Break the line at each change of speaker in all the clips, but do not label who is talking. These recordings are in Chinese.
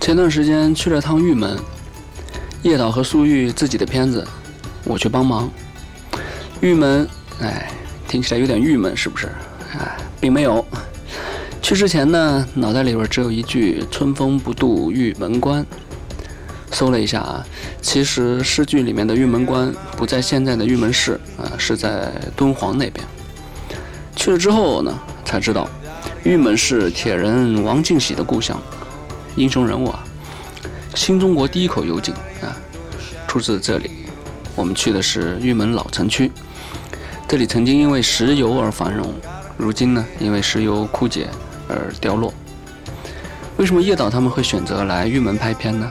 前段时间去了趟玉门，叶导和苏玉自己的片子，我去帮忙。玉门，哎，听起来有点郁闷，是不是？哎，并没有。去之前呢，脑袋里边只有一句“春风不度玉门关”。搜了一下啊，其实诗句里面的玉门关不在现在的玉门市啊、是在敦煌那边。去了之后呢，才知道玉门是铁人王敬喜的故乡，英雄人物啊，新中国第一口油井啊，出自这里。我们去的是玉门老城区，这里曾经因为石油而繁荣，如今呢，因为石油枯竭而凋落。为什么叶导他们会选择来玉门拍片呢？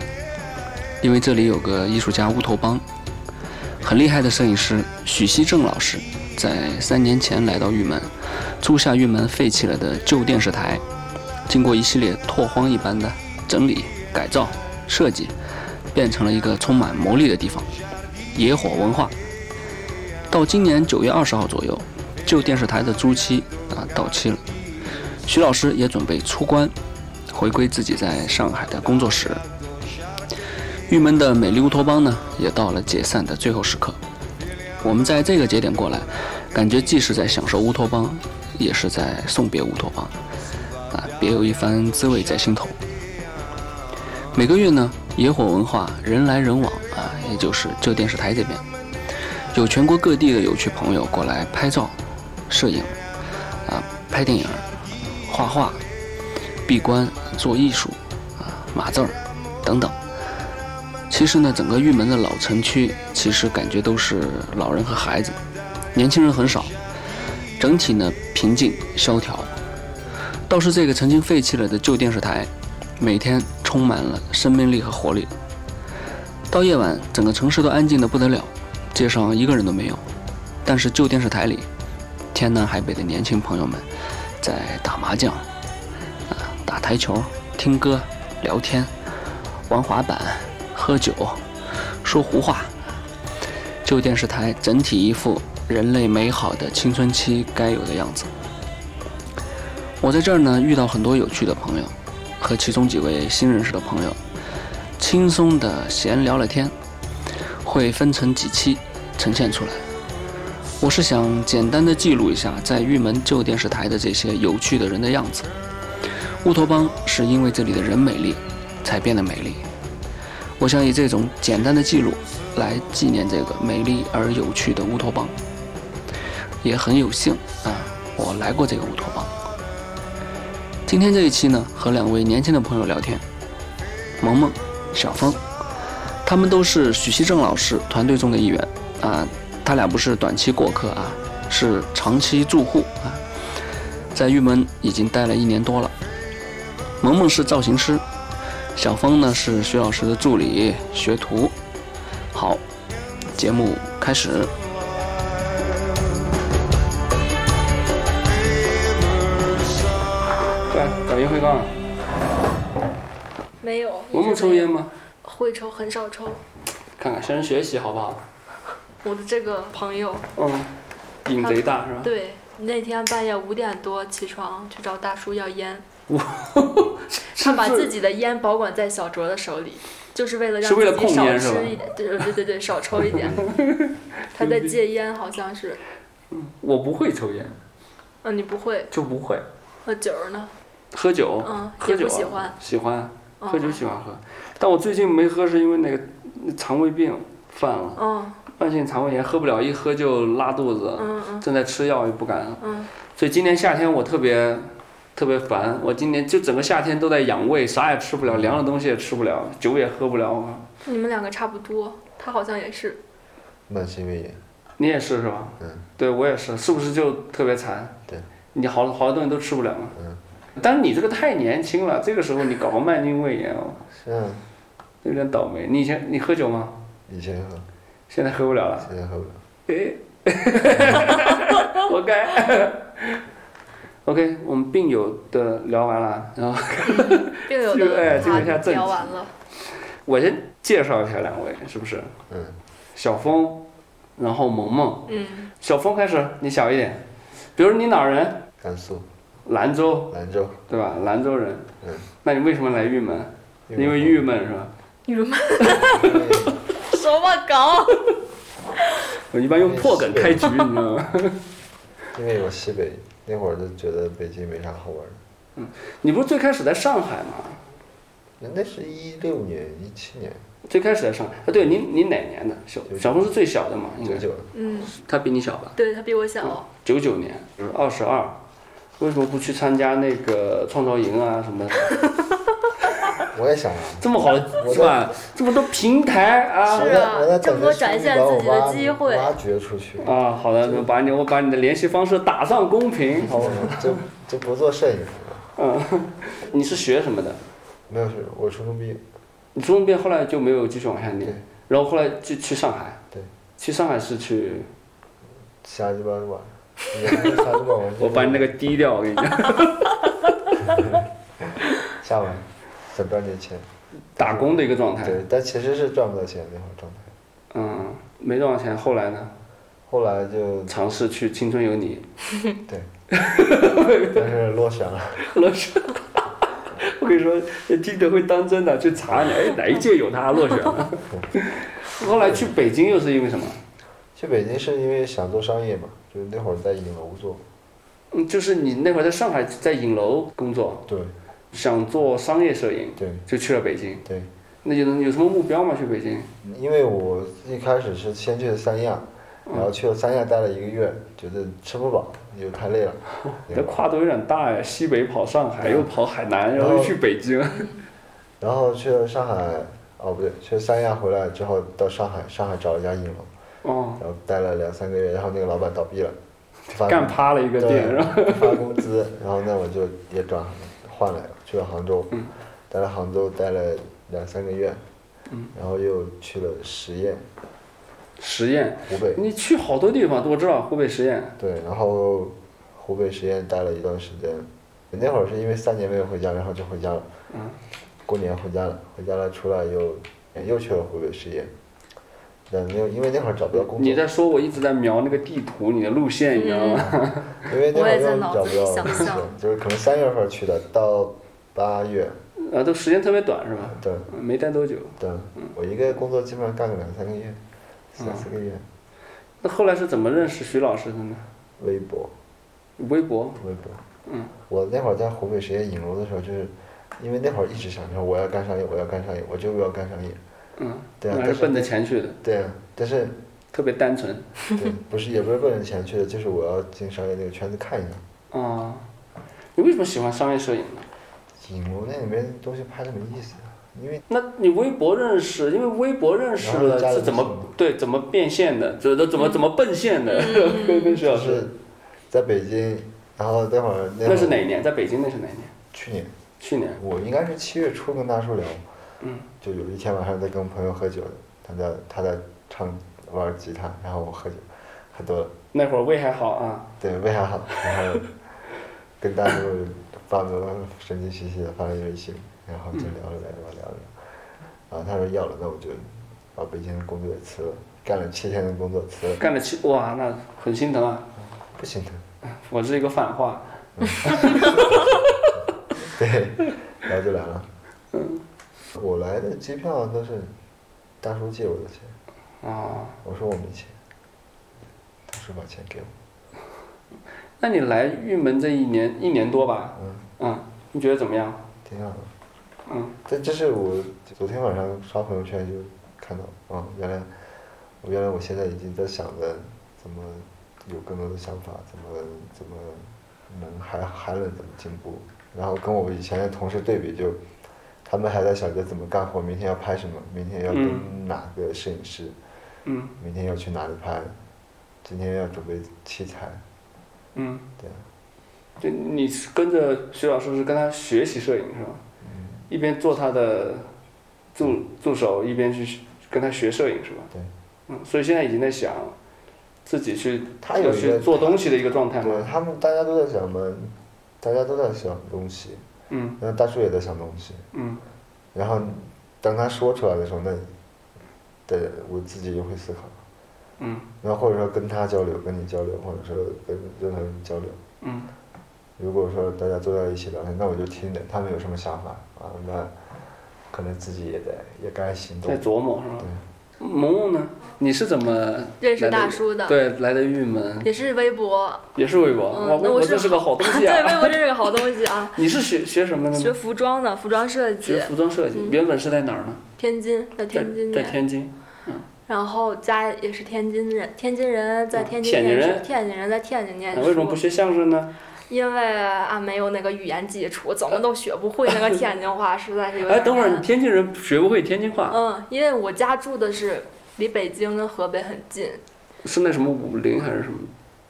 因为这里有个艺术家乌头邦，很厉害的摄影师许希正老师，在三年前来到玉门，租下玉门废弃了的旧电视台，经过一系列拓荒一般的整理、改造、设计，变成了一个充满魔力的地方。野火文化。到今年九月二十号左右，旧电视台的租期啊到期了，徐老师也准备出关，回归自己在上海的工作室。玉门的美丽乌托邦呢，也到了解散的最后时刻。我们在这个节点过来，感觉既是在享受乌托邦，也是在送别乌托邦，啊，别有一番滋味在心头。每个月呢，野火文化人来人往啊，也就是旧电视台这边，有全国各地的有趣朋友过来拍照、摄影，啊，拍电影、画画、闭关、做艺术，啊，码字儿等等。其实呢，整个玉门的老城区，其实感觉都是老人和孩子，年轻人很少，整体呢平静萧条。倒是这个曾经废弃了的旧电视台，每天充满了生命力和活力。到夜晚，整个城市都安静的不得了，街上一个人都没有。但是旧电视台里，天南海北的年轻朋友们在打麻将，啊，打台球、听歌、聊天、玩滑板、喝酒、说胡话。旧电视台整体一副人类美好的青春期该有的样子。我在这儿呢遇到很多有趣的朋友，和其中几位新认识的朋友，轻松的闲聊了天，会分成几期呈现出来。我是想简单的记录一下在玉门旧电视台的这些有趣的人的样子。乌托邦是因为这里的人美丽，才变得美丽。我想以这种简单的记录来纪念这个美丽而有趣的乌托邦。也很有幸啊，我来过这个乌托邦。今天这一期呢，和两位年轻的朋友聊天，萌萌、小峰，他们都是许希正老师团队中的一员啊。他俩不是短期过客啊，是长期住户啊，在玉门已经待了一年多了。萌萌是造型师，小峰呢是徐老师的助理学徒。好，节目开始。来，搞烟灰缸。
没有。
萌萌抽烟？吗？
会抽，很少抽。
看看向人学习好不好？
我的这个朋友，
嗯，瘾贼大是吧？
对，那天半夜五点多起床去找大叔要烟，他把自己的烟保管在小卓的手里，就是为了让
是为了
自己
控
少
烟是吧
吃一点，对对对对，少抽一点。 他在戒烟，好像是。
我不会抽烟，
嗯，你不会
就不会
喝酒呢？
喝酒，
嗯，
喝
也
酒
不
啊
喜欢。
喜欢
嗯
喝酒喜欢喝，但我最近没喝是因为那个肠胃病犯了，
嗯
慢性肠胃炎喝不了，一喝就拉肚子，
嗯嗯
正在吃药也不敢，
嗯，
所以今年夏天我特别特别烦，我今年就整个夏天都在养胃，啥也吃不了，凉的东西也吃不了，酒也喝不了。
你们两个差不多，他好像 也是。
慢性胃炎，
你也是是吧？
嗯，
对我也是，是不是就特别惨？
对，
你好好多东西都吃不了嘛。
嗯，
但是你这个太年轻了，这个时候你搞个慢性胃炎哦，
是啊，
有点倒霉。你以前你喝酒吗？
以前喝，
现在喝不了了。
现在喝不了。
哎，活该。OK，我们病友的聊完了，然后
病友
这个哎
的
这个一下
他
正
聊
题
完了，
我先介绍一下两位，是不是？
嗯，
小峰，然后萌萌。
嗯，
小峰开始，你小一点，比如你哪儿人？
甘肃
兰州。
兰州，
对吧？兰州人，
嗯，
那你为什么来玉门？
因
因为郁闷是吧？
郁闷，什么梗？
我一般用破梗开局，你知道吗？
因为有西北，那会儿就觉得北京没啥好玩的。
你不是最开始在上海吗？
那那是一六年、一七年、
最开始在上海啊？对，您您哪年的？小
九九
小红是最小的嘛？应
九
该
九，
嗯，
他比你小吧？
对他比我小，
九九年，二十二，为什么不去参加那个创造营啊什么的？
我也想啊。
这么好的是吧？这么多平台啊
我
是
在
啊
我在
这
等
么
着
多
兄
展
弟
现
把我
自己的
挖
机会
挖掘出去。
啊！好的，把你我把你的联系方式打上公屏，好吧？
就就不做摄影了。
嗯，你是学什么的？
没有是，我初中毕业，
你初中毕业后来就没有继续往下
对
念，然后后来就去上海。
对。
去上海是去，，
瞎鸡巴玩，也不是瞎鸡巴玩
我把你那个低调，我跟你讲，
下完，想赚点钱。
打工的一个状态。
对，但其实是赚不到钱那会儿状态。
嗯，没多少钱。后来呢，
后来就
尝试去青春有你，
对，但是落选了。
乐选。 我跟你说，记者会当真的去查你，哎，哪一届有他落选了？ 后来去北京又是因为什么？
去北京是因为想做商业嘛，就是那会儿在影楼做。
嗯，就是你那会儿在上海在影楼工作，
对
想做商业摄影，
对
就去了北京。
对，
那有有什么目标吗？去北京？
因为我一开始是先去的三亚，然后去了三亚待了一个月，觉得吃不饱，又太累了。
你的跨度有点大呀，西北跑上海，又跑海南，然后又去北京。
然后去了上海，哦不对，去了三亚回来之后到上海，上海找了一家影楼，
哦，
然后待了两三个月，然后那个老板倒 闭了，发
干趴了一个店，然后
对，不发工资，然后那我就也转行换来了，去了杭州，
嗯
待了杭州待了两三个月，
嗯
然后又去了十堰，
实验。
湖北，
你去好多地方，我知道湖北实验。
对，然后湖北十堰待了一段时间，那会儿是因为三年没有回家，然后就回家了，
嗯
过年回家了，回家了出来又哎又去了湖北十堰，但没有，因为那会儿找不到工作，
你在说，我一直在瞄那个地图，你的路线，你知道吗？
因为那会
我
儿
也在
又
脑
找
子
不
里
到
想
工作
象，
就是可能三月份去的，到八月，
啊，都时间特别短是吧？嗯
对。
没待多久。
对，啊我一个工作基本上干个两三个月，三四个月。
那后来是怎么认识徐老师的呢？
微博，
微博。
微博。
嗯。
我那会儿在湖北实验影楼的时候，就是因为那会儿一直想着我要干商业，我要干商业，我就要干商业。
嗯，
对啊
那还
但
是
是
奔着钱去的，
对啊，但是
特别单纯。
对，不是也不是奔着钱去的，就是我要进商业那个圈子看一下。
啊，你为什么喜欢商业摄影呢？
影楼那里面东西拍的没意思，啊因为
那你微博认识，因为微博认识
然后加
了
了
是怎
微信
么
嘛
对怎么变现的，怎么怎么怎么奔现的？ 跟徐老
就
师
是，在北京，然后那会儿那会
那
儿
是哪一年？在北京那是哪一年？
去年。
去年。
我应该是七月初跟大叔聊，
嗯，
就有一天晚上在跟朋友喝酒，他在他在唱玩吉他，然后我喝酒，喝多了，
那会儿胃还好啊，
对胃还好，然后跟大叔发了神经兮兮的发了一微信，然后就聊了聊聊聊了聊，然后他说要了，那我就把北京的工作也辞了，干了七天的工作辞了，
干了七哇，那很心疼啊！
不心疼，
我是一个反话，
对，然后就来了，嗯，我来的机票都是大叔借我的钱。
啊，
我说我没钱，他说把钱给我。
那你来玉门这一年一年多吧，
嗯，
嗯，你觉得怎么样？
挺好的。
嗯，
但这是我昨天晚上刷朋友圈就看到，啊、原来我原来我现在已经在想着怎么有更多的想法，怎么怎么能还还能怎么进步。然后跟我以前的同事对比就，他们还在想着怎么干活，明天要拍什么，明天要跟
嗯
哪个摄影师，
嗯
明天要去哪里拍，今天要准备器材，
嗯，
对啊。
就你是跟着徐老师是跟他学习摄影是吧？
嗯
一边做他的助助手，一边去跟他学摄影是吧？
对。
嗯，所以现在已经在想自己去
他有
要
一
去
个
做东西的一个状态嘛。
对他们，大家都在想嘛，大家都在想东西，
嗯
然后大叔也在想东西，
嗯
然后当他说出来的时候，那，对我自己也会思考，
嗯
然后或者说跟他交流，跟你交流，或者说跟任何人交流。
嗯
如果说大家坐在一起聊天，那我就听着他们有什么想法啊，那可能自己也在也该行动
在。琢磨是吧？
对，
萌萌呢？你是怎么
认识
来的
大叔的
对，来的郁闷，
也是微博，
也是微博。
嗯
哇，
那
微
我
博
是
真是个好东西
对，微
啊！
博真是个好东西 啊。
你是学学什么的
学
呢？
服装的，服装设计
学，服装设计，原本是在哪儿呢？
天津，在
在
嗯天津
在
念，
天津。
然后家也是天津人，天津人在
嗯
天津
天津
念
人
书，天津人在天津念
啊那为什么不
书，
学相声呢？
因为啊没有那个语言基础，怎么都学不会那个天津 话，实在是有点
哎，等会儿
难
你天津人学不会天津话，
嗯，因为我家住的是离北京跟河北很近，
是那什么武陵还是什么？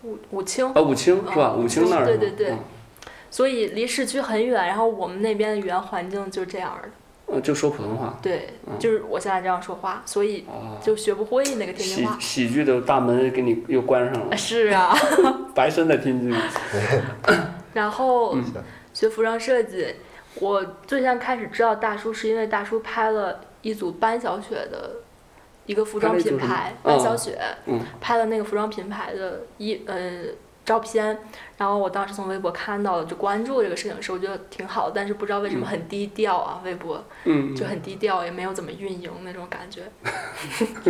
武武清，
啊，武清是吧？
嗯
武清那儿是
对
吧
对对
嗯
所以离市区很远。然后我们那边的语言环境就这样儿的，
呃，就说普通话
对，
嗯
就是我现在这样说话，所以
啊。
就学不会那个天津
喜
话。，
喜剧的大门给你又关上 了
是啊，
白生在天津。
然后
嗯
学服装设计，我最先开始知道大叔是因为大叔拍了一组班小雪的一个服装品牌，
拍了
班
一组什么哦
小雪、
嗯
拍了那个服装品牌的一呃照片，然后我当时从微博看到了，就关注这个摄影师，我觉得挺好，但是不知道为什么很低调啊，微博
嗯，
就很低调，也没有怎么运营那种感 觉。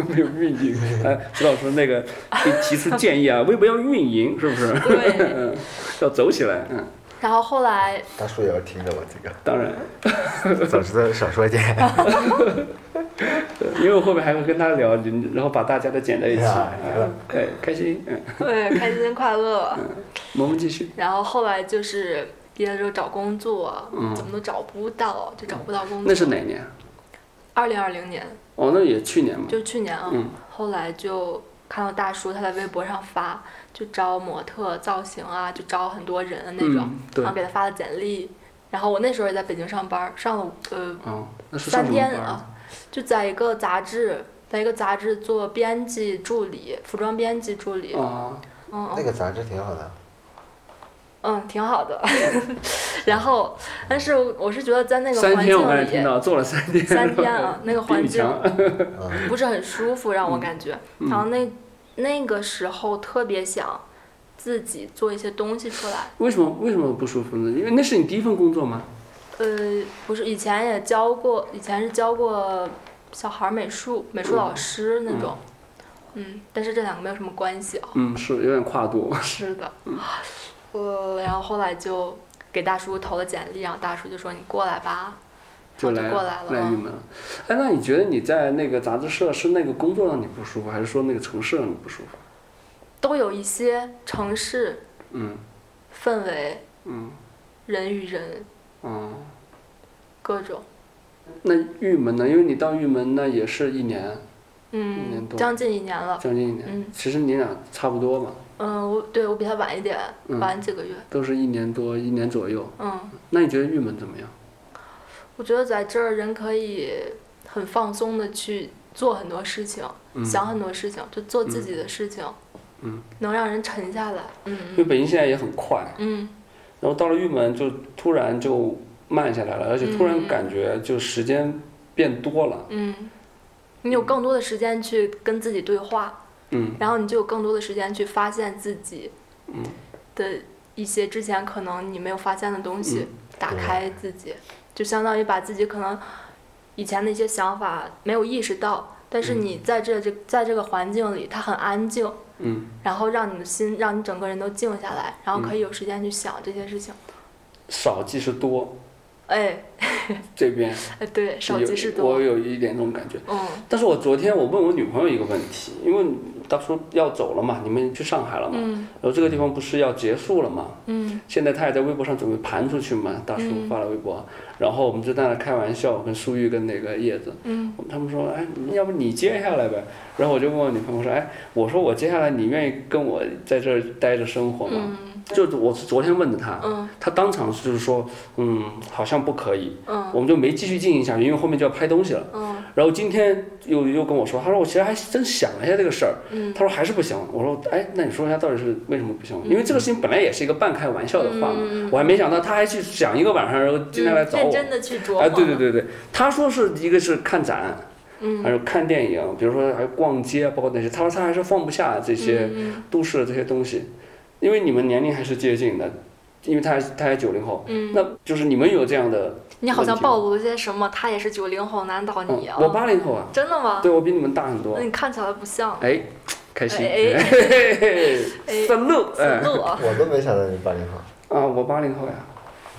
没有 运营。哎，指导说 那个给提出建议啊，微博要运营是不是？
对，
嗯，要走起来。嗯，
然后后来
大叔也要听着吧，这个
当然，
早知道少说一点。
对因为我后面还会跟他聊，你然后把大家都 剪在一起。
哎呀
哎，开心。嗯，
对开心快乐，
我们继续。
然后后来就是毕业的时候找工作，
嗯
怎么都找不到，就找不到工作。
那是哪年？
二零二零年，
哦，那也去年嘛。
就去年啊。
嗯
后来就看到大叔他在微博上发，就招模特、造型啊，就招很多人的那种，
嗯对
然后给他发了简历。然后我那时候也在北京上班，上了呃
哦，那是上
三
什么班
天
儿
啊，就在一个杂志，在一个杂志做编辑助理，服装编辑助理。
啊，
嗯
那
嗯
个杂志挺好的，
嗯，挺好的。 然后，但是我是觉得在那个
三
环
天我刚才听
境里，
到做了三天，
三天 啊，那个
比
环
你
境
强，
嗯，
不是很舒服，让我感觉。
嗯
然后那那个时候特别想自己做一些东西出来。
为什么为什么不舒服呢？因为那是你第一份工作吗？
呃，不是，以前也教过，以前是教过小孩儿美术，美
嗯
术老师那种。嗯，但是这两个没有什么关系啊。
嗯，是有点跨度。
是的。
嗯
呃，然后后来就给大叔投了简历，然后大叔就说：“你过来吧。”
就
然后
来
就过来了。
来
嗯
郁闷了。哎，那你觉得你在那个杂志社是那个工作让你不舒服，还是说那个城市让你不舒服？
都有一些城市
嗯
氛围、
嗯
人与人
哦，
各种，
那玉门呢？因为你到玉门那也是一年，一年
嗯，
多
将近一年了。
将近一年。
嗯
其实你俩差不多嘛，
嗯，我对我比他晚一点，
嗯
晚几个月。
都是一年多一年左右。
嗯，
那你觉得玉门怎么样？
我觉得在这儿人可以很放松的去做很多事情，
嗯，
想很多事情，就做自己的事情，
嗯，
能让人沉下来。
因
嗯
为北京现在也很快，
嗯
然后到了玉门就突然就慢下来了，而且突然感觉就时间变多了。
嗯，你有更多的时间去跟自己对话，
嗯
然后你就有更多的时间去发现自己
嗯
的一些之前可能你没有发现的东西，
嗯
打
对
开自己，就相当于把自己可能以前的一些想法没有意识到，但是你在这这在这个环境里，它很安静，
嗯，
然后让你的心，让你整个人都静下来，然后
嗯
可以有时间去想这些事情。
少即是多，
哎
这边
哎，对，少即是
有我
多，
有一点这种感觉。
嗯
但是我昨天我问我女朋友一个问题，因为她说要走了嘛，你们去上海了嘛，
嗯
然后这个地方不是要结束了嘛，
嗯
现在她也在微博上准备盘出去嘛，大叔
嗯
发了微博，然后我们就在那开玩笑，跟苏玉跟那个叶子，
嗯
他们说，哎，要不你接下来呗？然后我就问我女朋友说，哎，我说我接下来你愿意跟我在这儿待着生活吗？
嗯
就是我是昨天问的她，
嗯
她当场就是说，嗯，好像不可以，
嗯
我们就没继续进行下去，因为后面就要拍东西了。
嗯
然后今天又又跟我说，她说我其实还真想了一下这个事儿，
嗯嗯
她说还是不行。我说，哎，那你说一下到底是为什么不行？因为这个事情本来也是一个半开玩笑的话嘛，
嗯嗯嗯嗯
我还没想到她还去想一个晚上，然后今天来找
认
我。
真的去琢磨，
哎，对对，对对，她说是一个是看展。
嗯
还有看电影，比如说还逛街，包括那些，他说他还是放不下这些
嗯嗯
都市的这些东西，因为你们年龄还是接近的，因为他还他还九零后，
嗯，
那就是你们有这样的，
你好像
问题
暴露了些什么？他也是九零后，难倒
嗯
你啊！
我八零后啊，
真的吗？
对我比你们大很多
那，你看起来不像。
哎，开心，
哎哎
嘿嘿嘿
哎
三六，哎
此，路啊，
我都没想到你八零后，
啊，我八零后呀，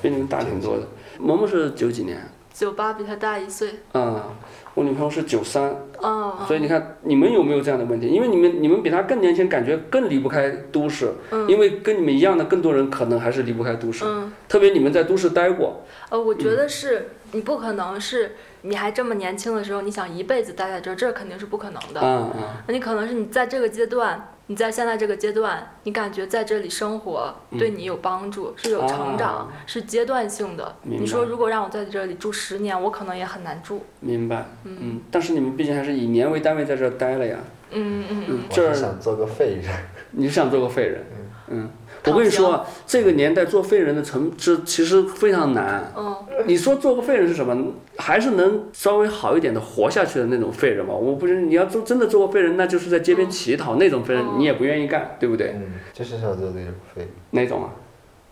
比你们大挺多的。萌萌是九几年，
酒吧比他大一岁。
啊，我女朋友是九三，
嗯，
所以你看你们有没有这样的问题？因为你们你们比她更年轻，感觉更离不开都市，
嗯
因为跟你们一样的更多人可能还是离不开都市，
嗯，
特别你们在都市待过，
呃，我觉得
嗯
是你不可能是你还这么年轻的时候，你想一辈子待在这儿，这肯定是不可能的。
啊、啊，
那你可能是你在这个阶段，你在现在这个阶段，你感觉在这里生活对你有帮助，是有成长，
嗯啊
是阶段性的。
明白
你说如果让我在这里住十年，我可能也很难住。
明白，
嗯
嗯，但是你们毕竟还是以年为单位在这儿待了呀，
嗯嗯嗯，
嗯，
我
这
是
儿
想做个废人。
你是想做个废人，嗯，我
躺
跟你说
平
啊，这个年代做废人的成这其实非常难，
嗯，
你说做个废人是什么？还是能稍微好一点的活下去的那种废人吗？我不是，你要做真的做个废人，那就是在街边乞讨那种废人
哦，
你也不愿意干，对不对？
嗯，就是想做这种废人。
哪种啊？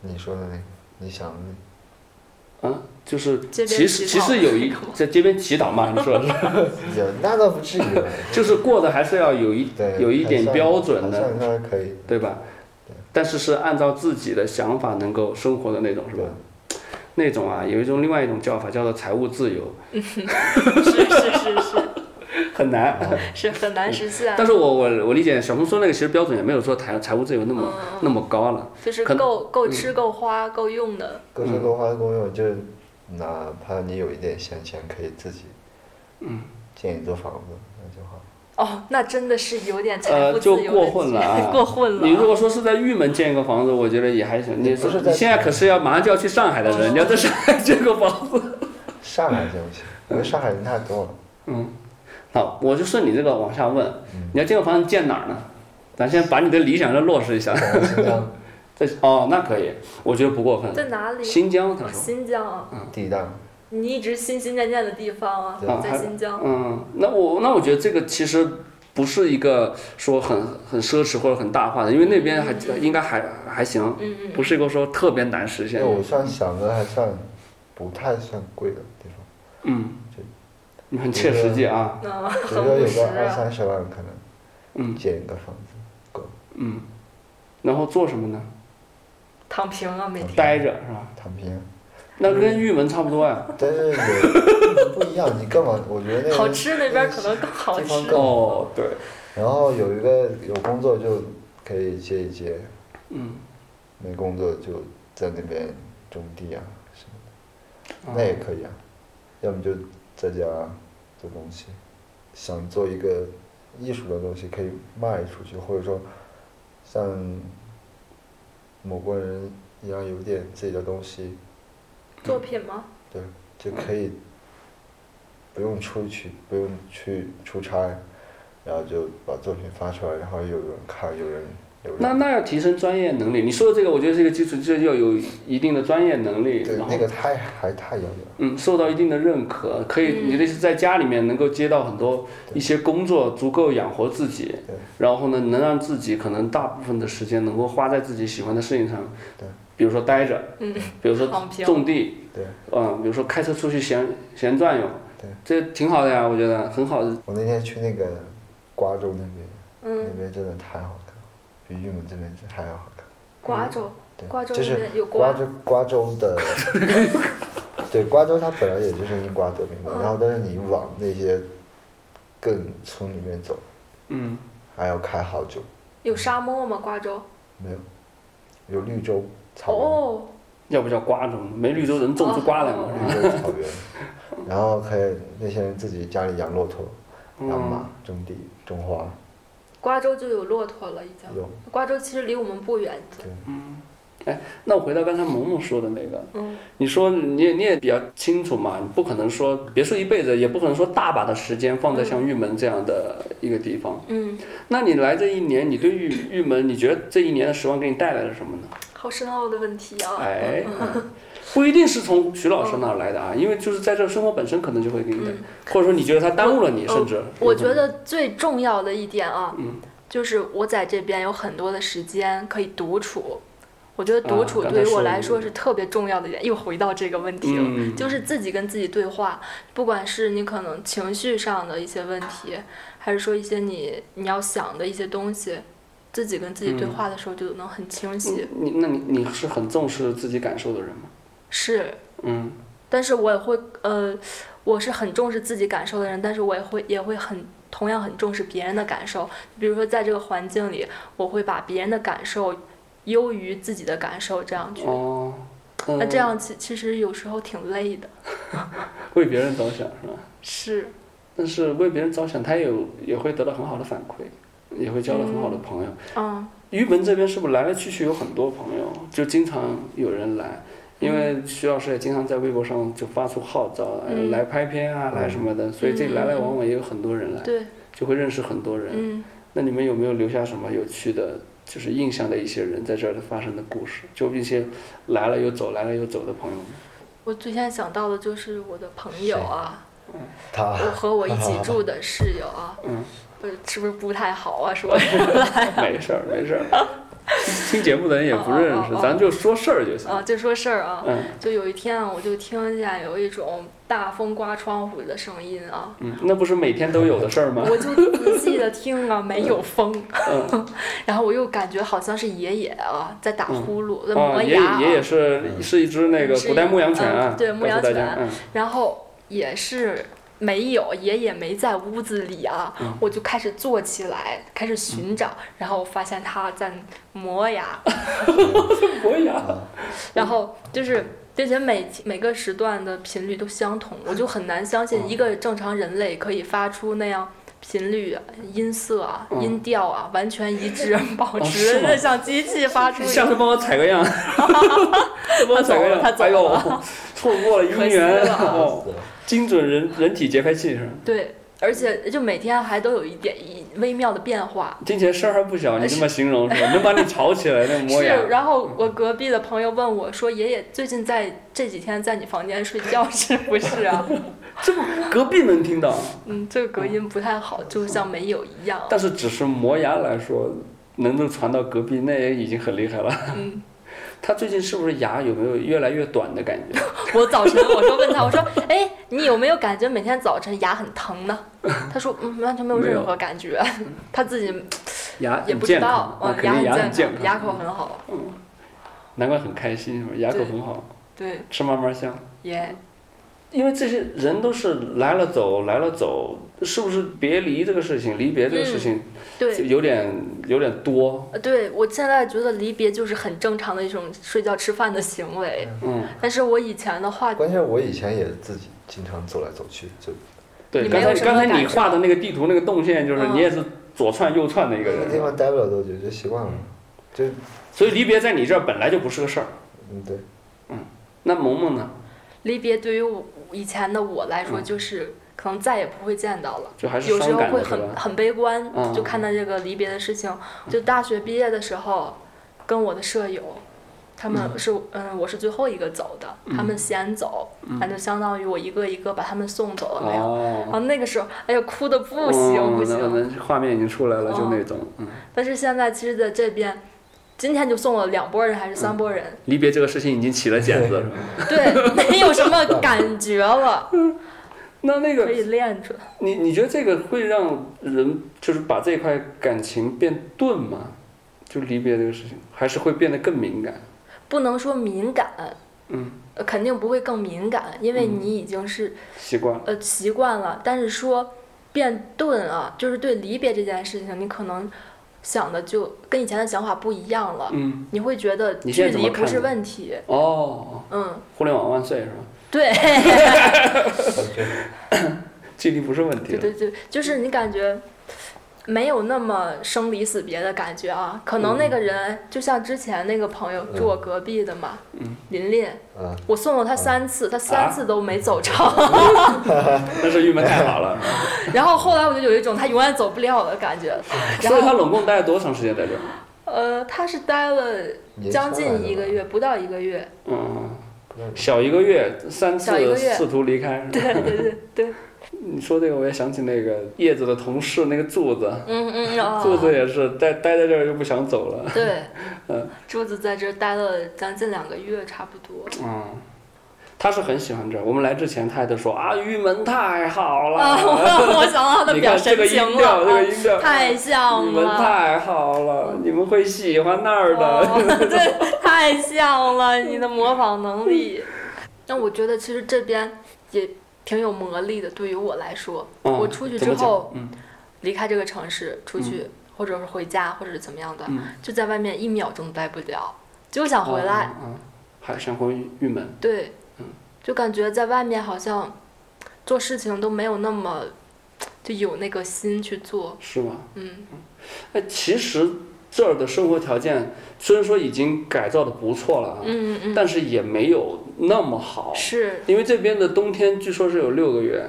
你说的那个，你想的那个，
啊，就是
街边
其实
乞
其
讨
实有一在街边乞讨嘛，你 说的是
也那倒不至于 吧。
就是过得还是要有一
对，
有一点
还算
标准
还
的，
算还可以。
对吧？但是是按照自己的想法能够生活的那种，是吧？那种啊，有一种另外一种叫法叫做财务自由，
嗯 是是是是
很难。
是很难实现
但，是我我我理解小红说那个其实标准也没有说财财务自由那么、
嗯
那么高了。
就是
可能嗯
够够吃够花够用的。
各吃各花的功用，就是哪怕你有一点闲钱，可以自己，嗯，建一座房子，那就好。
哦，那真的是有点财
呃，
富自
就
由的，
过混了、啊
过混了。嗯
你如果说是在玉门建一个房子，我觉得也还行。你
不是
说
在
你现在可是要马上就要去上海的人，
哦
你要在上海建个房子。
上海行不行？我觉得上海人太多了。
好，我就顺你这个往下问，
嗯
你要建个房子建哪儿呢？咱先把你的理想再落实一下。
可能新疆
在哦，那可以，我觉得不过分。
在哪里？
新疆，他
哦
说，
新疆啊，
嗯
地大，
你一直心心念念的地方啊，
啊
在
还
新疆。
嗯，那我那我觉得这个其实不是一个说很很奢侈或者很大化的，因为那边还应该还还行，
嗯嗯，
不是一个说特别难实
因
现
为。我算想的还算不太算贵的地方，
嗯
这，
你很切实际啊。
那
比
很
如说
务
有
实
个二
啊。
三十万可能
嗯
建一个房子，
嗯，然后做什么呢？
躺平啊，每天。
待着是吧？
躺平。
那跟玉门差不多啊呀、
但是有不一样，你干嘛？我觉得那
好
个
吃那边可能更好
地方
吃。
更
哦，对，
然后有一个有工作就可以接一接，
嗯，
没工作就在那边种地啊什么
啊
的，那也可以啊。要么就在家做东西，想做一个艺术的东西可以卖出去，或者说像某个人一样有点自己的东西，
作品吗？
对，就可以不用出去，不用去出差，然后就把作品发出来，然后有人看，有人有人
那那要提升专业能力。你说的这个，我觉得这个基础就是要有一定的专业能力，
对
然后
那个太还太遥远了。
嗯，受到一定的认可，可以，
嗯
你的是在家里面能够接到很多
对
一些工作，足够养活自己
对，
然后呢，能让自己可能大部分的时间能够花在自己喜欢的事情上，
对，
比如说待着，
嗯，
比如说
躺平
种地，
对，
嗯，比如说开车出去闲闲转悠，
对，
这挺好的呀，我觉得很好的，
我那天去那个瓜州那边，那
嗯，
边真的太好看，了，比玉门这边还要好看。
瓜州，
嗯
对，
瓜州
就
那
是
边有
瓜
瓜。
州瓜州 的，对，瓜州它本来也就是因瓜得名的，
嗯
然后但是你往那些更村里面走，
嗯，
还要开好久，
有沙漠吗？瓜州？
没有，有绿洲草原。
哦，
要不叫瓜种，没绿洲人种出瓜来嘛，是
绿
吧
洲草原，然后可以那些人自己家里养骆驼、
嗯
养马、种地、种花，
瓜州就有骆驼了，已
嗯
经。
有
瓜州其实离我们不远。
那我回到刚才萌萌说的那个，
嗯
你说你也你也比较清楚嘛，你不可能说别墅一辈子，也不可能说大把的时间放在像玉门这样的一个地方。
嗯，
那你来这一年，你对玉玉门，你觉得这一年的时光给你带来了什么呢？
好深奥的问题啊。
哎，不一定是从徐老师那儿来的啊，因为就是在这生活本身可能就会给你带，
嗯
或者说你觉得他耽误了你，
我哦
甚至
我觉得最重要的一点啊，
嗯
就是我在这边有很多的时间可以独处，我觉得独
啊
处
刚
对
才
于我
说
来
的
说是特别重要的一点，又回到这个问题了，
嗯
就是自己跟自己对话，不管是你可能情绪上的一些问题，还是说一些你你要想的一些东西，自己跟自己对
嗯
话的时候就能很清晰。
你那你你是很重视自己感受的人吗？
是，
嗯，
但是我也会呃，我是很重视自己感受的人，但是我也会也会很同样很重视别人的感受。比如说在这个环境里，我会把别人的感受优于自己的感受这样去。
哦，嗯
啊那这样其其实有时候挺累的，
嗯为别人着想是吧？
是
但是为别人着想，他也有也会得到很好的反馈，也会交到很好的朋友。
嗯，
于文这边是不是来来去去有很多朋友，就经常有人来，因为徐老师也经常在微博上就发出号召，哎
嗯
来拍片啊，
嗯
来什么的，所以这
嗯
来来往往也有很多人来，
对，
就会认识很多人。
嗯
那你们有没有留下什么有趣的，就是印象的一些人在这儿的发生的故事？就一些来了又走，来了又走的朋友们。
我最先想到的就是我的朋友啊，
他
我和我一起住的室友啊，
嗯，
不是是不是不太好啊？说
没事儿，没事 儿。听节目的人也不认识
哦哦哦，
咱就说事儿就行。
啊，就说事儿啊，
嗯
就有一天啊，我就听见有一种大风刮窗户的声音啊，
嗯，那不是每天都有的事儿吗？
我就仔细的听啊，没有风，
嗯，
然后我又感觉好像是爷爷啊在打
嗯
呼噜，在
啊，
磨
爷
牙啊，
爷也是是一只那个
是一
古代牧羊犬啊
嗯，对牧
告诉大
羊
家
犬然后也是没有，爷爷没在屋子里啊，
嗯
我就开始坐起来，开始寻找，然后我发现他在磨牙，
嗯，磨牙，
然后就是。并且每每个时段的频率都相同，我就很难相
嗯
信一个正常人类可以发出那样频率、音色啊、
嗯哦
音调啊完全一 致，保
是
持
吗
的像机器发出一
下
样。
次帮我采个 样，帮我采个样，
他走
哎
了
呦，错过了
可
姻
惜
缘，
了啊
哦，精准人人体节拍器是吧？
对，而且就每天还都有一点一微妙的变化。
听起来声儿还不小，你这么形容 是吧？能把你吵起来，那磨
是
牙，，
然后我隔壁的朋友问我说：“爷爷最近在这几天在你房间睡觉是不是 啊
这么隔壁能听到，？”
嗯，这个隔音不太好，就像没有一样。啊
但是只是磨牙来说，能够传到隔壁，那也已经很厉害了。
嗯，
他最近是不是牙有没有越来越短的感觉？
我早晨我说问他，我说：“哎，你有没有感觉每天早晨牙很疼呢？”他说：“嗯，完全没有
没有
任何感觉，他自己
牙
也
嗯很
不知
健康
道，，
啊，
嗯，
肯定
牙
很
很
健
健
康，
康，牙口很好。
难怪很开心，是吧牙口
对
很好，”
对，
吃嘛嘛香。
也
因为这些人都是来了走，来了走，是不是别离这个事情，离别这个事情，
嗯对
就，有点有点多，
呃对我现在觉得离别就是很正常的一种睡觉吃饭的行为，
嗯，
但是我以前的话，
关键是我以前也自己经常走来走去，就
对。
你
刚
没
才
有什么
刚才你
感受
画的那个地图那个动线，就是
嗯
你也是左窜右窜的一个
那地
人，嗯
方待不了多久就习惯了，就
所以离别在你这儿本来就不是个事儿。
嗯对，
那萌萌呢，
离别对于我以前的我来说，
嗯
就是可能再也不会见到了。
就还是
有时
伤
候
感
会
的是
很
吧？
很悲观，
嗯
就看到这个离别的事情。就大学毕业的时候，跟我的舍友，他们是嗯我是最后一个走的，
嗯
他们先走，那、就相当于我一个一个把他们送走了那样。然
哦，
后那个时候，哎呀，哭的不行不
哦
行。
那那画面已经出来了，就那种，嗯，
但是现在其实在这边，今天就送了两拨人还是
嗯
三拨人，
离别这个事情已经起了茧子了。
对， 没有什
嗯
么感觉 了，
那那个
可以练出来。
你你觉得这个会让人就是把这块感情变钝吗？就离别这个事情，还是会变得更敏感？
不能说敏感，
嗯，
呃肯定不会更敏感，因为你已经是、
习惯了。
呃习惯了。但是说变钝啊，就是对离别这件事情，你可能想的就跟以前的想法不一样了。
嗯，
你会觉得
你现
距
在怎么
离
看
不是
呢
问题，
哦，
嗯，
互联网万岁是吧？
对
距离不是问
对
题了。
对对，就是你感觉。没有那么生离死别的感觉啊，可能那个
嗯
人、就像之前那个朋友住我隔壁的嘛，
嗯啊
琳琳，
嗯，
我送了他三次，他三次都没走成，
但是郁闷太好了，是 吧
然后后来我就有一种他永远走不了的感觉。 然
所以他
后
总共待了多长时间在这儿？
呃，他是待了
年
将
轻
近
人
一个月，不到一个月。
嗯，
不知道
小一个月，三
小一
次
个月
试图离开。是吧
对对对对，
你说这个我也想起那个叶子的同事那个柱子，
嗯嗯啊，
柱子也是待待在这儿又不想走了，
对，
嗯，
柱子在这儿待了将近两个月，差不多。
嗯。他是很喜欢这儿，我们来之前他还在说啊，玉门太好了，
啊， 我我想到他的
你
表
看这个
神
音
情
调，这
了
个，音调，
啊太
你
像
们
了。
太好了，你们会喜欢那儿的。
哦对，太像了，你的模仿能 力。那我觉得其实这边也挺有魔力的，对于我来说，
嗯
我出去
怎
之
么讲
后
嗯
离开这个城市，出去、或者是回家或者是怎么样的，
嗯
就在外面一秒钟待不了，就想回来。
嗯，嗯还想回玉门。
对
嗯，
就感觉在外面好像做事情都没有那么就有那个心去做。
是吗？
嗯
哎，其实这儿的生活条件虽然说已经改造的不错了啊，
嗯嗯，
但是也没有那么好，
是
因为这边的冬天据说是有六个月，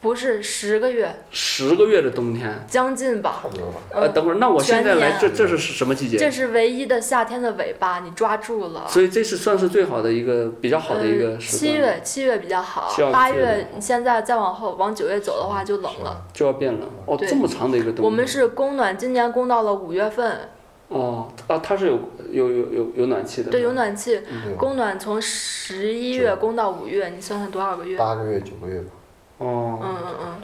不是十个月
十个月的冬天。
将近吧？
差不多吧。
呃，
嗯
等会儿，那我现在
全年
来，这这是什么季节？
啊这是唯一的夏天的尾巴，你抓住了。
所以这是算是最好的一个比较好的一
呃
个时
七
段，
月七月比较好
七，月
八
比较
月
好
你现在再往后往九月走的话就冷了。
就要变冷哦，
对
这么长的一个冬天。
我们是供暖，今年供到了五月份，
哦啊，它是有有有有有暖气的，
对，有暖气，
是吧，
供暖从十一月
是
供到五月，你算算多少个
对
月？
八个月九个月吧。
哦
嗯，嗯嗯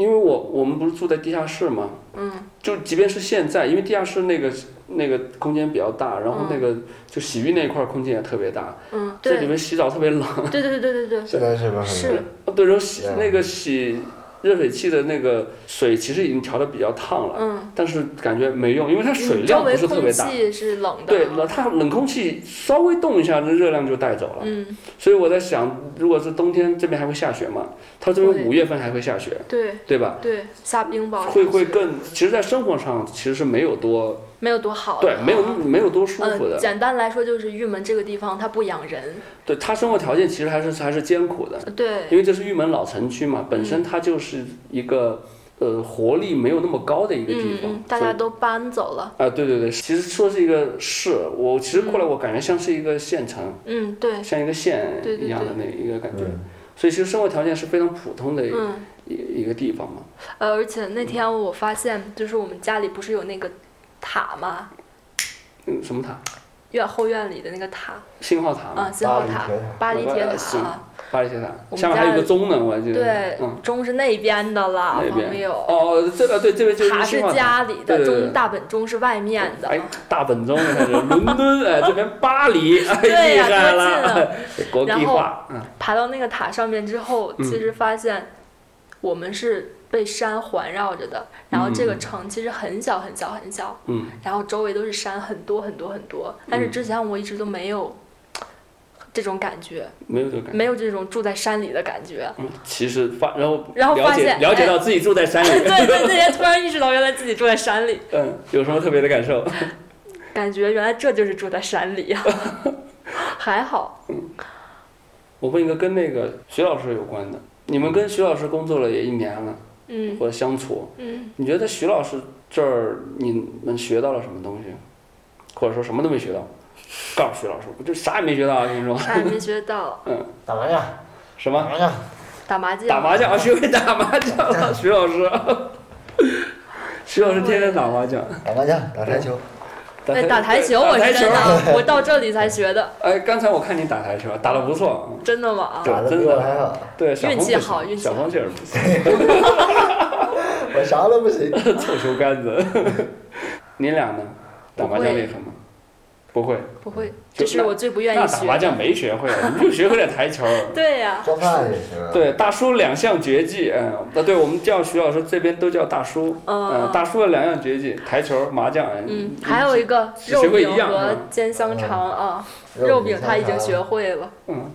因为我我们不是住在地下室嘛，
嗯，
就即便是现在，因为地下室那个那个空间比较大，然后那个就洗浴那一块儿空间也特别大，
嗯，
这里
对，
面洗澡特别冷，
对对对对 对
现在是不是很
是
哦对，然后洗
对啊
那个洗热水器的那个水其实已经调的比较烫
对，
了，
嗯，
但是感觉没用，因为它水
你周
量不
围
是特别
空
大。
气是冷的，啊
对，冷它冷空气稍微动一下，这热量就带走了。
嗯，
所以我在想，如果是冬天这边还会下雪嘛？它这
会
边五月份还会下雪，
对
对吧？
对，下冰雹
会
是不
会
是
更，其实，在生活上其实是没有多
没有多好的
对
啊，，
没有没有多舒服
呃，
的。
简单来说就是玉门这个地方它不养人，
对他生活条件其实还是还是艰苦的，
呃对嗯
因为这是玉门老城区嘛，本身它就是一个呃活力没有那么高的一个地
嗯
方
嗯，，大
所以
家都搬走了，
啊，对对对，其实说是一个市，我其实过来我感觉像是一个县城，
嗯对，
像一个县
对对
一样的那一个感觉，
嗯，
所以其实生活条件是非常普通的一
嗯
一一个地方嘛。
呃，而且那天
嗯
我发现就是我们家里不是有那个塔吗？
嗯，什么塔？
院后院里的那个塔
信号塔
啊，
嘛，
信号
巴黎
塔巴黎铁
铁塔，
呃是
塔啊，
巴黎铁
我
塔，
们
下面还有
家
一个钟呢，我还记得。
对
嗯，，
钟是那边的了，
那
朋
边。
友。
哦，哦这个对，这边就是
塔是
信号塔。
家里的，
对对对
钟大本钟是外面的。
哎，大本钟开始，伦敦，哎，这边巴黎，哎，
对
厉
呀
害
多近
了
啊，
国际
然后
化，嗯，
爬到那个塔上面之后，
嗯
其实发现我们是被山环绕着的，然后这个
嗯
城其实很小很小很小，
嗯，
然后周围都是山，很多很多很多。但是之前我一直都没有这种感觉，
没有这个感觉。
没有这种住在山里的感觉。
嗯，其实发，然后
然后
了
发
解
现
了解
哎
到自己住在山
对
里，
对 对，也突然意识到原来自己住在山里，
嗯，有什么特别的感受？
感觉原来这就是住在山里 呀、还好，
我问一个跟那个徐老师有关的，你们跟徐老师工作了也一年了，
嗯
或者相处，
嗯，
你觉得徐老师这儿你们学到了什么东西，或者说什么都没学到？告诉徐老师，我就啥也没学到啊，跟你说，
啥哎也没学到，
打麻将，
什
打
么
麻将，
打麻将，
打麻将， 学会打麻将了，徐老师。 徐老师天天打麻将，
打麻将，打台球，
对哎打台球我
打台
是真。
球
的，我到这里才学的，
哎，刚才我看你打台球，打得不错。
真的吗？啊
对
打的
真
比
的
我还好，
对，小
运
红
气
不
好
行
运气
小
好
红确实不行，
我啥都不行。
臭球杆子。 你俩呢？打麻将厉害吗？不会，
不会，
就
这是我最不愿
那
意
打
学
麻
的。
将没学会，啊 你就学会了台球。
对呀、
做饭也行啊。
对，大叔两项绝技，嗯，那对我们叫徐老师这边都叫大叔，嗯，
嗯，
大叔的两项绝技，台球、麻将，哎
嗯，还有一个
只
肉
学会
饼
一样
和
嗯
煎香肠啊，
肉
肉饼他已经学会了，
嗯，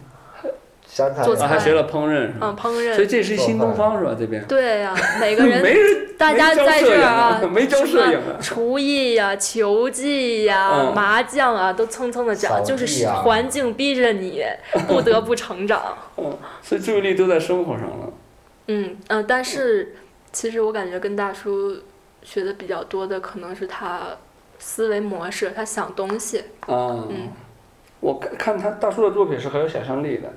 香肠，
做
香
啊
肠
还
菜
学了烹饪，是吧
嗯，烹
所以
饪，
这是新东方是吧？这边
对 呀、每个人
没人，
大家
没教
在
摄
这
影
儿啊，
啊没教摄影啊，
厨艺呀、球技呀、
嗯
麻将啊，都蹭蹭的
扫
长，
地
就是
啊
环境逼着你，不得不成长。
嗯，所以注意力都在生活上了。
嗯呃，但是其实我感觉跟大叔学的比较多的可能是他思维模式，他想东西。
啊，
嗯
我看看他大叔的作品是很有想象力的，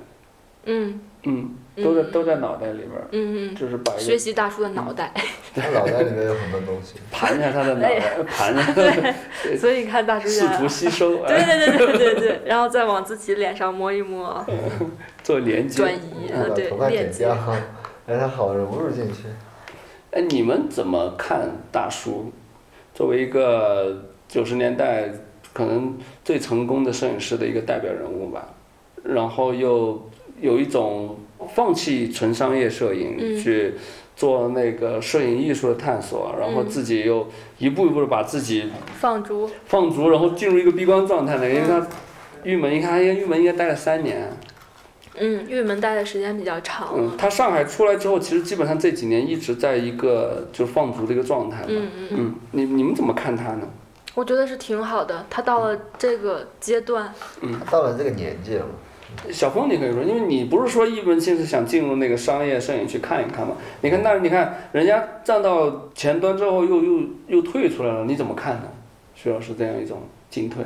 嗯，
嗯，都在都在脑袋里边儿，
嗯
就是把
啊
嗯，
一
学
个
习大叔的脑袋，
他脑袋里面有很多东 西，
盘一下他的
哎
脑袋，盘一 下，
所以你看大叔
试
现
图
在。
吸收，
对
哎
对对对对对，然后再往自己脸上摸一 摸，
嗯
做连接
转。移，
把
呃，对
头，发
链
剪
接
掉， 哎让他好融入进去。
哎，你们怎么看大叔？作为一个九十年代可能最成功的摄影师的一个代表人物吧，然后又有一种放弃纯商业摄影，
嗯
去做那个摄影艺术的探索，然后
嗯
自己又一步一步的把自己
放逐，
放逐，然后进入一个闭关状态的，因为
嗯
他玉门，你看哎他玉门应该待了三年，
嗯，玉门待的时间比较长，
嗯，他上海出来之后，其实基本上这几年一直在一个就是放逐的一个状态嘛，
嗯嗯嗯，
嗯，你你们怎么看他呢？
我觉得是挺好的。他到了这个阶段，
他到了这个年纪了嘛，
小峰，你可以说，因为你不是说一门心思想进入那个商业摄影去看一看嘛？你看，但是你看人家站到前端之后又又又退出来了，你怎么看呢？徐老师这样一种进退，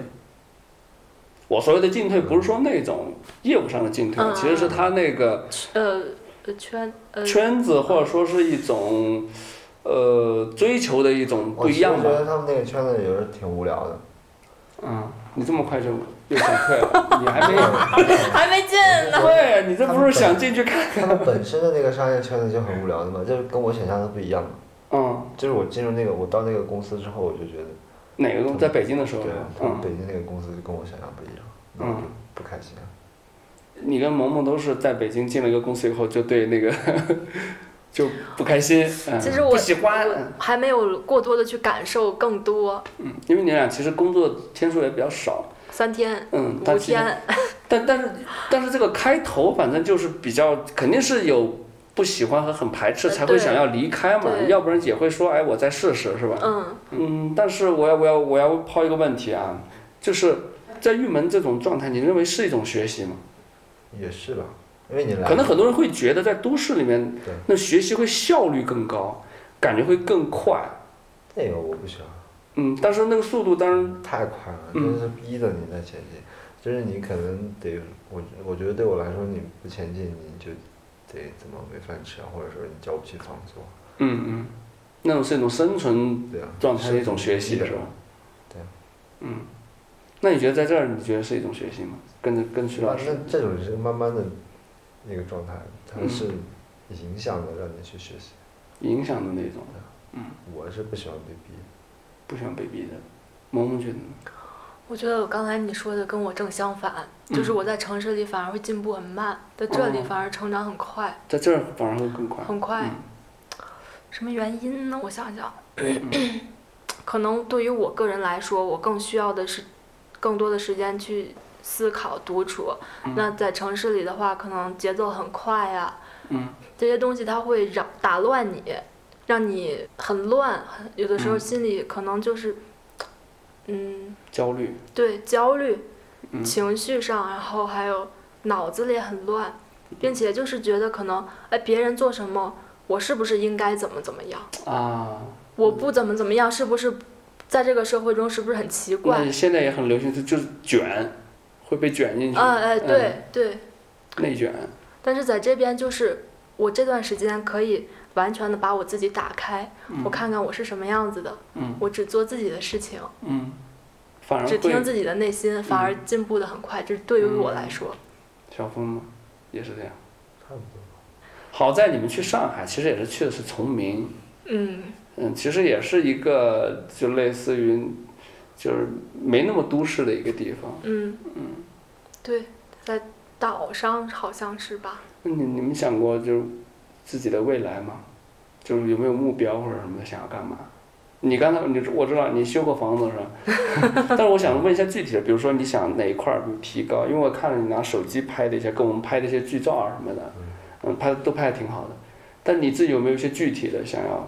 我所谓的进退不是说那种业务上的进退，
嗯
其实是他那个
呃，呃圈呃，
圈子或者说是一种呃追求的一种不
我
一
其实
样
觉
吧。
得他们那个圈子有人挺无聊的。
嗯，你这么快就又想退 了，你还没有？
还没进呢。
对你这不是想进去看？
他们本身的那个商业圈子就很无聊的嘛，就是跟我想象的不一样嘛。
嗯，
就是我进入那个，我到那个公司之后，我就觉得，
哪个公在北京的时候
对，他
嗯
们。北京那个公司就跟我想象不一样，那我就不开心啊。
你跟萌萌都是在北京进了一个公司以后，就对那个 就不开心，嗯、
其实我
不喜欢，
我还没有过多的去感受更多，
嗯，因为你俩其实工作天数也比较少，
三天、
嗯，但
五
其实，
天，
但但是但是这个开头反正就是比较，肯定是有不喜欢和很排斥
呃
才会
对
想要离开嘛，
对
要不然也会说，哎，我再试试，是吧？
嗯
嗯，但是我要我要我要抛一个问题啊，就是在玉门这种状态，你认为是一种学习吗？
也是吧，因为你来，
可能很多人会觉得在都市里面
啊对，
那学习会效率更高，感觉会更快。
那个我不喜欢，
嗯，但是那个速度当然，
太快了，
嗯
就是逼着你在前进，就是你可能得，我我觉得对我来说，你不前进你就得怎么没饭吃啊，或者说你交不起房租啊，
嗯嗯，那种是一种生存
对啊，
嗯状态的一种学习，
的
是吧？
对啊。
嗯，那你觉得在这儿，你觉得是一种学习吗？跟着跟徐
那
老师
那，这种是慢慢的那个状态，它
嗯
是影响的，让你去学习。
影响的那种，
我是不喜欢被逼的，
不喜欢被逼的。萌萌觉得呢？
我觉得我刚才你说的跟我正相反，就是我在城市里反而会进步很慢，在这里
嗯哦嗯
反而成长很快，
在这儿反而会更快。
很快。什么原因呢？我想想， 可能对于我个人来说，我更需要的是更多的时间去思考独处。
嗯
那在城市里的话，可能节奏很快呀、
嗯
这些东西它会扰打乱你，让你很乱，很有的时候
嗯
心里可能就是，嗯
焦虑。
对焦虑、
嗯
情绪上，然后还有脑子里很乱，
嗯
并且就是觉得可能哎别人做什么，我是不是应该怎么怎么样？
啊，
我不怎么怎么样，是不是在这个社会中是不是很奇
那
怪？
你现在也很流行，就就是卷，会被卷进去，
啊哎
嗯
对对，
内卷。
但是在这边就是我这段时间可以完全的把我自己打开，
嗯
我看看我是什么样子的，
嗯
我只做自己的事情，
嗯，反而
只听
会嗯
自己的内心，反而进步的很快。这是对于我来说，
小峰吗？也是这样。
差不多。
好在你们去上海，其实也是去的是崇明，
嗯
嗯，其实也是一个就类似于，就是没那么都市的一个地方。
嗯，对，在岛上好像是吧？
那你你们想过就是自己的未来吗？就是有没有目标或者什么的想要干嘛？你刚才你我知道你修过房子是吧？ 但是我想问一下具体的，比如说你想哪一块儿提高？因为我看了你拿手机拍的一些跟我们拍的一些剧照啊什么的，嗯，拍都拍的挺好的。但你自己有没有一些具体的想要？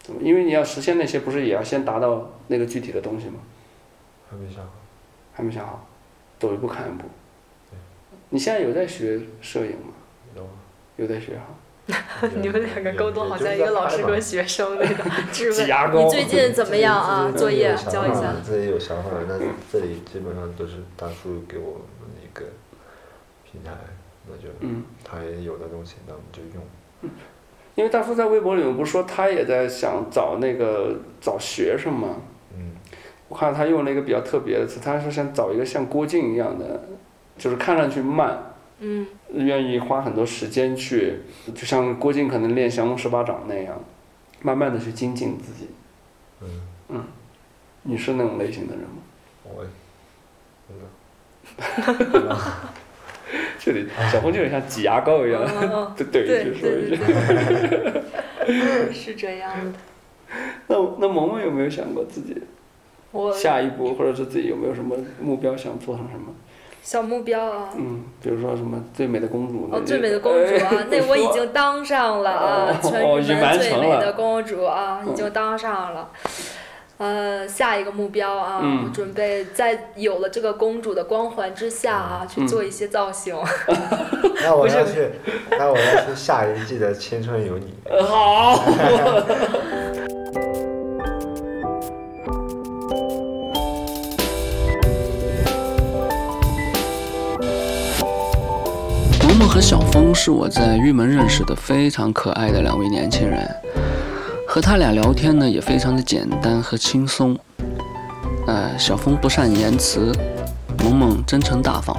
怎么？因为你要实现那些，不是也要先达到那个具体的东西吗？
还没上好，
还没想好，走一步看一步。你现在有在学摄影吗？
然 后
有在学哈、
你们两个沟通好像一个老师跟学生那个 质
挤
问。
牙膏。
你最近怎么样啊？
自己
作业
有想
交一
法
下。
自己有想法，那这里基本上都是大叔给我们的一个平台，那就
嗯，
他也有的东西，那我们就用。
因为大叔在微博里面不是说他也在想找那个找学生嘛，
嗯，
我看他用了一个比较特别的词，他说想找一个像郭靖一样的，就是看上去慢，
嗯
愿意花很多时间去，就像郭靖可能练降龙十八掌那样，慢慢的去精进自己。
嗯，
你是那种类型的人吗？
我， 那个，
这里小红就有像挤牙膏一样，
嗯
对哦对一句说一句。
对，是这样的。
那那萌萌有没有想过自己
我
下一步，或者是自己有没有什么目标想做成什
啊
么？
小目标啊，
嗯，比如说什么最美的公主？
哦，
那
最美的公主
哎
啊，那我已经当上了啊，
哦
全
哦已
日
经完
本
成
最
了
美的公主啊，
嗯
已经当上了。呃，下一个目标啊，
嗯
我准备在有了这个公主的光环之下啊，
嗯
去做一些造型。
那我要去，那我要去下一季的《青春有你》。
呃好。
萌萌和小峰是我在玉门认识的非常可爱的两位年轻人，和他俩聊天呢也非常的简单和轻松。呃，小峰不善言辞，萌萌真诚大方，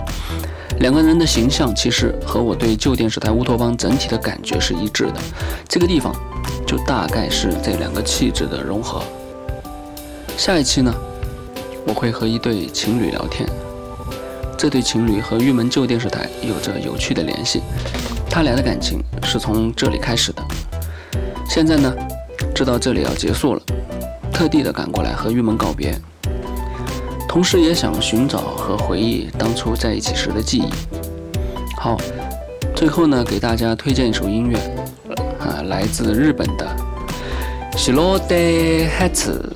两个人的形象其实和我对旧电视台乌托邦整体的感觉是一致的，这个地方就大概是这两个气质的融合。下一期呢，我会和一对情侣聊天。这对情侣和玉门旧电视台有着有趣的联系，他俩的感情是从这里开始的。现在呢，知道这里要结束了，特地的赶过来和玉门告别，同时也想寻找和回忆当初在一起时的记忆。好，最后呢，给大家推荐一首音乐，啊，来自日本的喜罗德海子，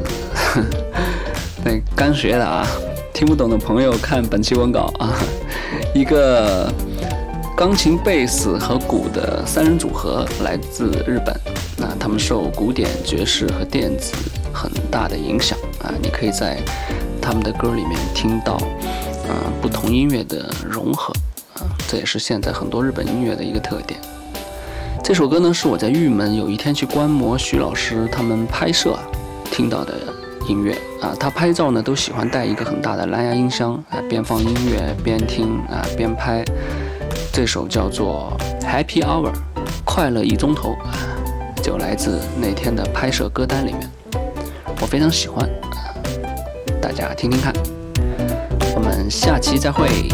那刚学的啊。听不懂的朋友看本期文稿啊， 一个钢琴、贝斯和鼓的三人组合来自日本，那他们受古典爵士和电子很大的影响啊，你可以在他们的歌里面听到啊不同音乐的融合啊，这也是现在很多日本音乐的一个特点。这首歌呢是我在玉门有一天去观摩徐老师他们拍摄听到的音乐啊，他拍照呢都喜欢带一个很大的蓝牙音箱啊，边放音乐边听啊边拍。这首叫做《Happy Hour》，快乐一钟头，啊就来自那天的拍摄歌单里面，我非常喜欢，啊大家听听看。我们下期再会。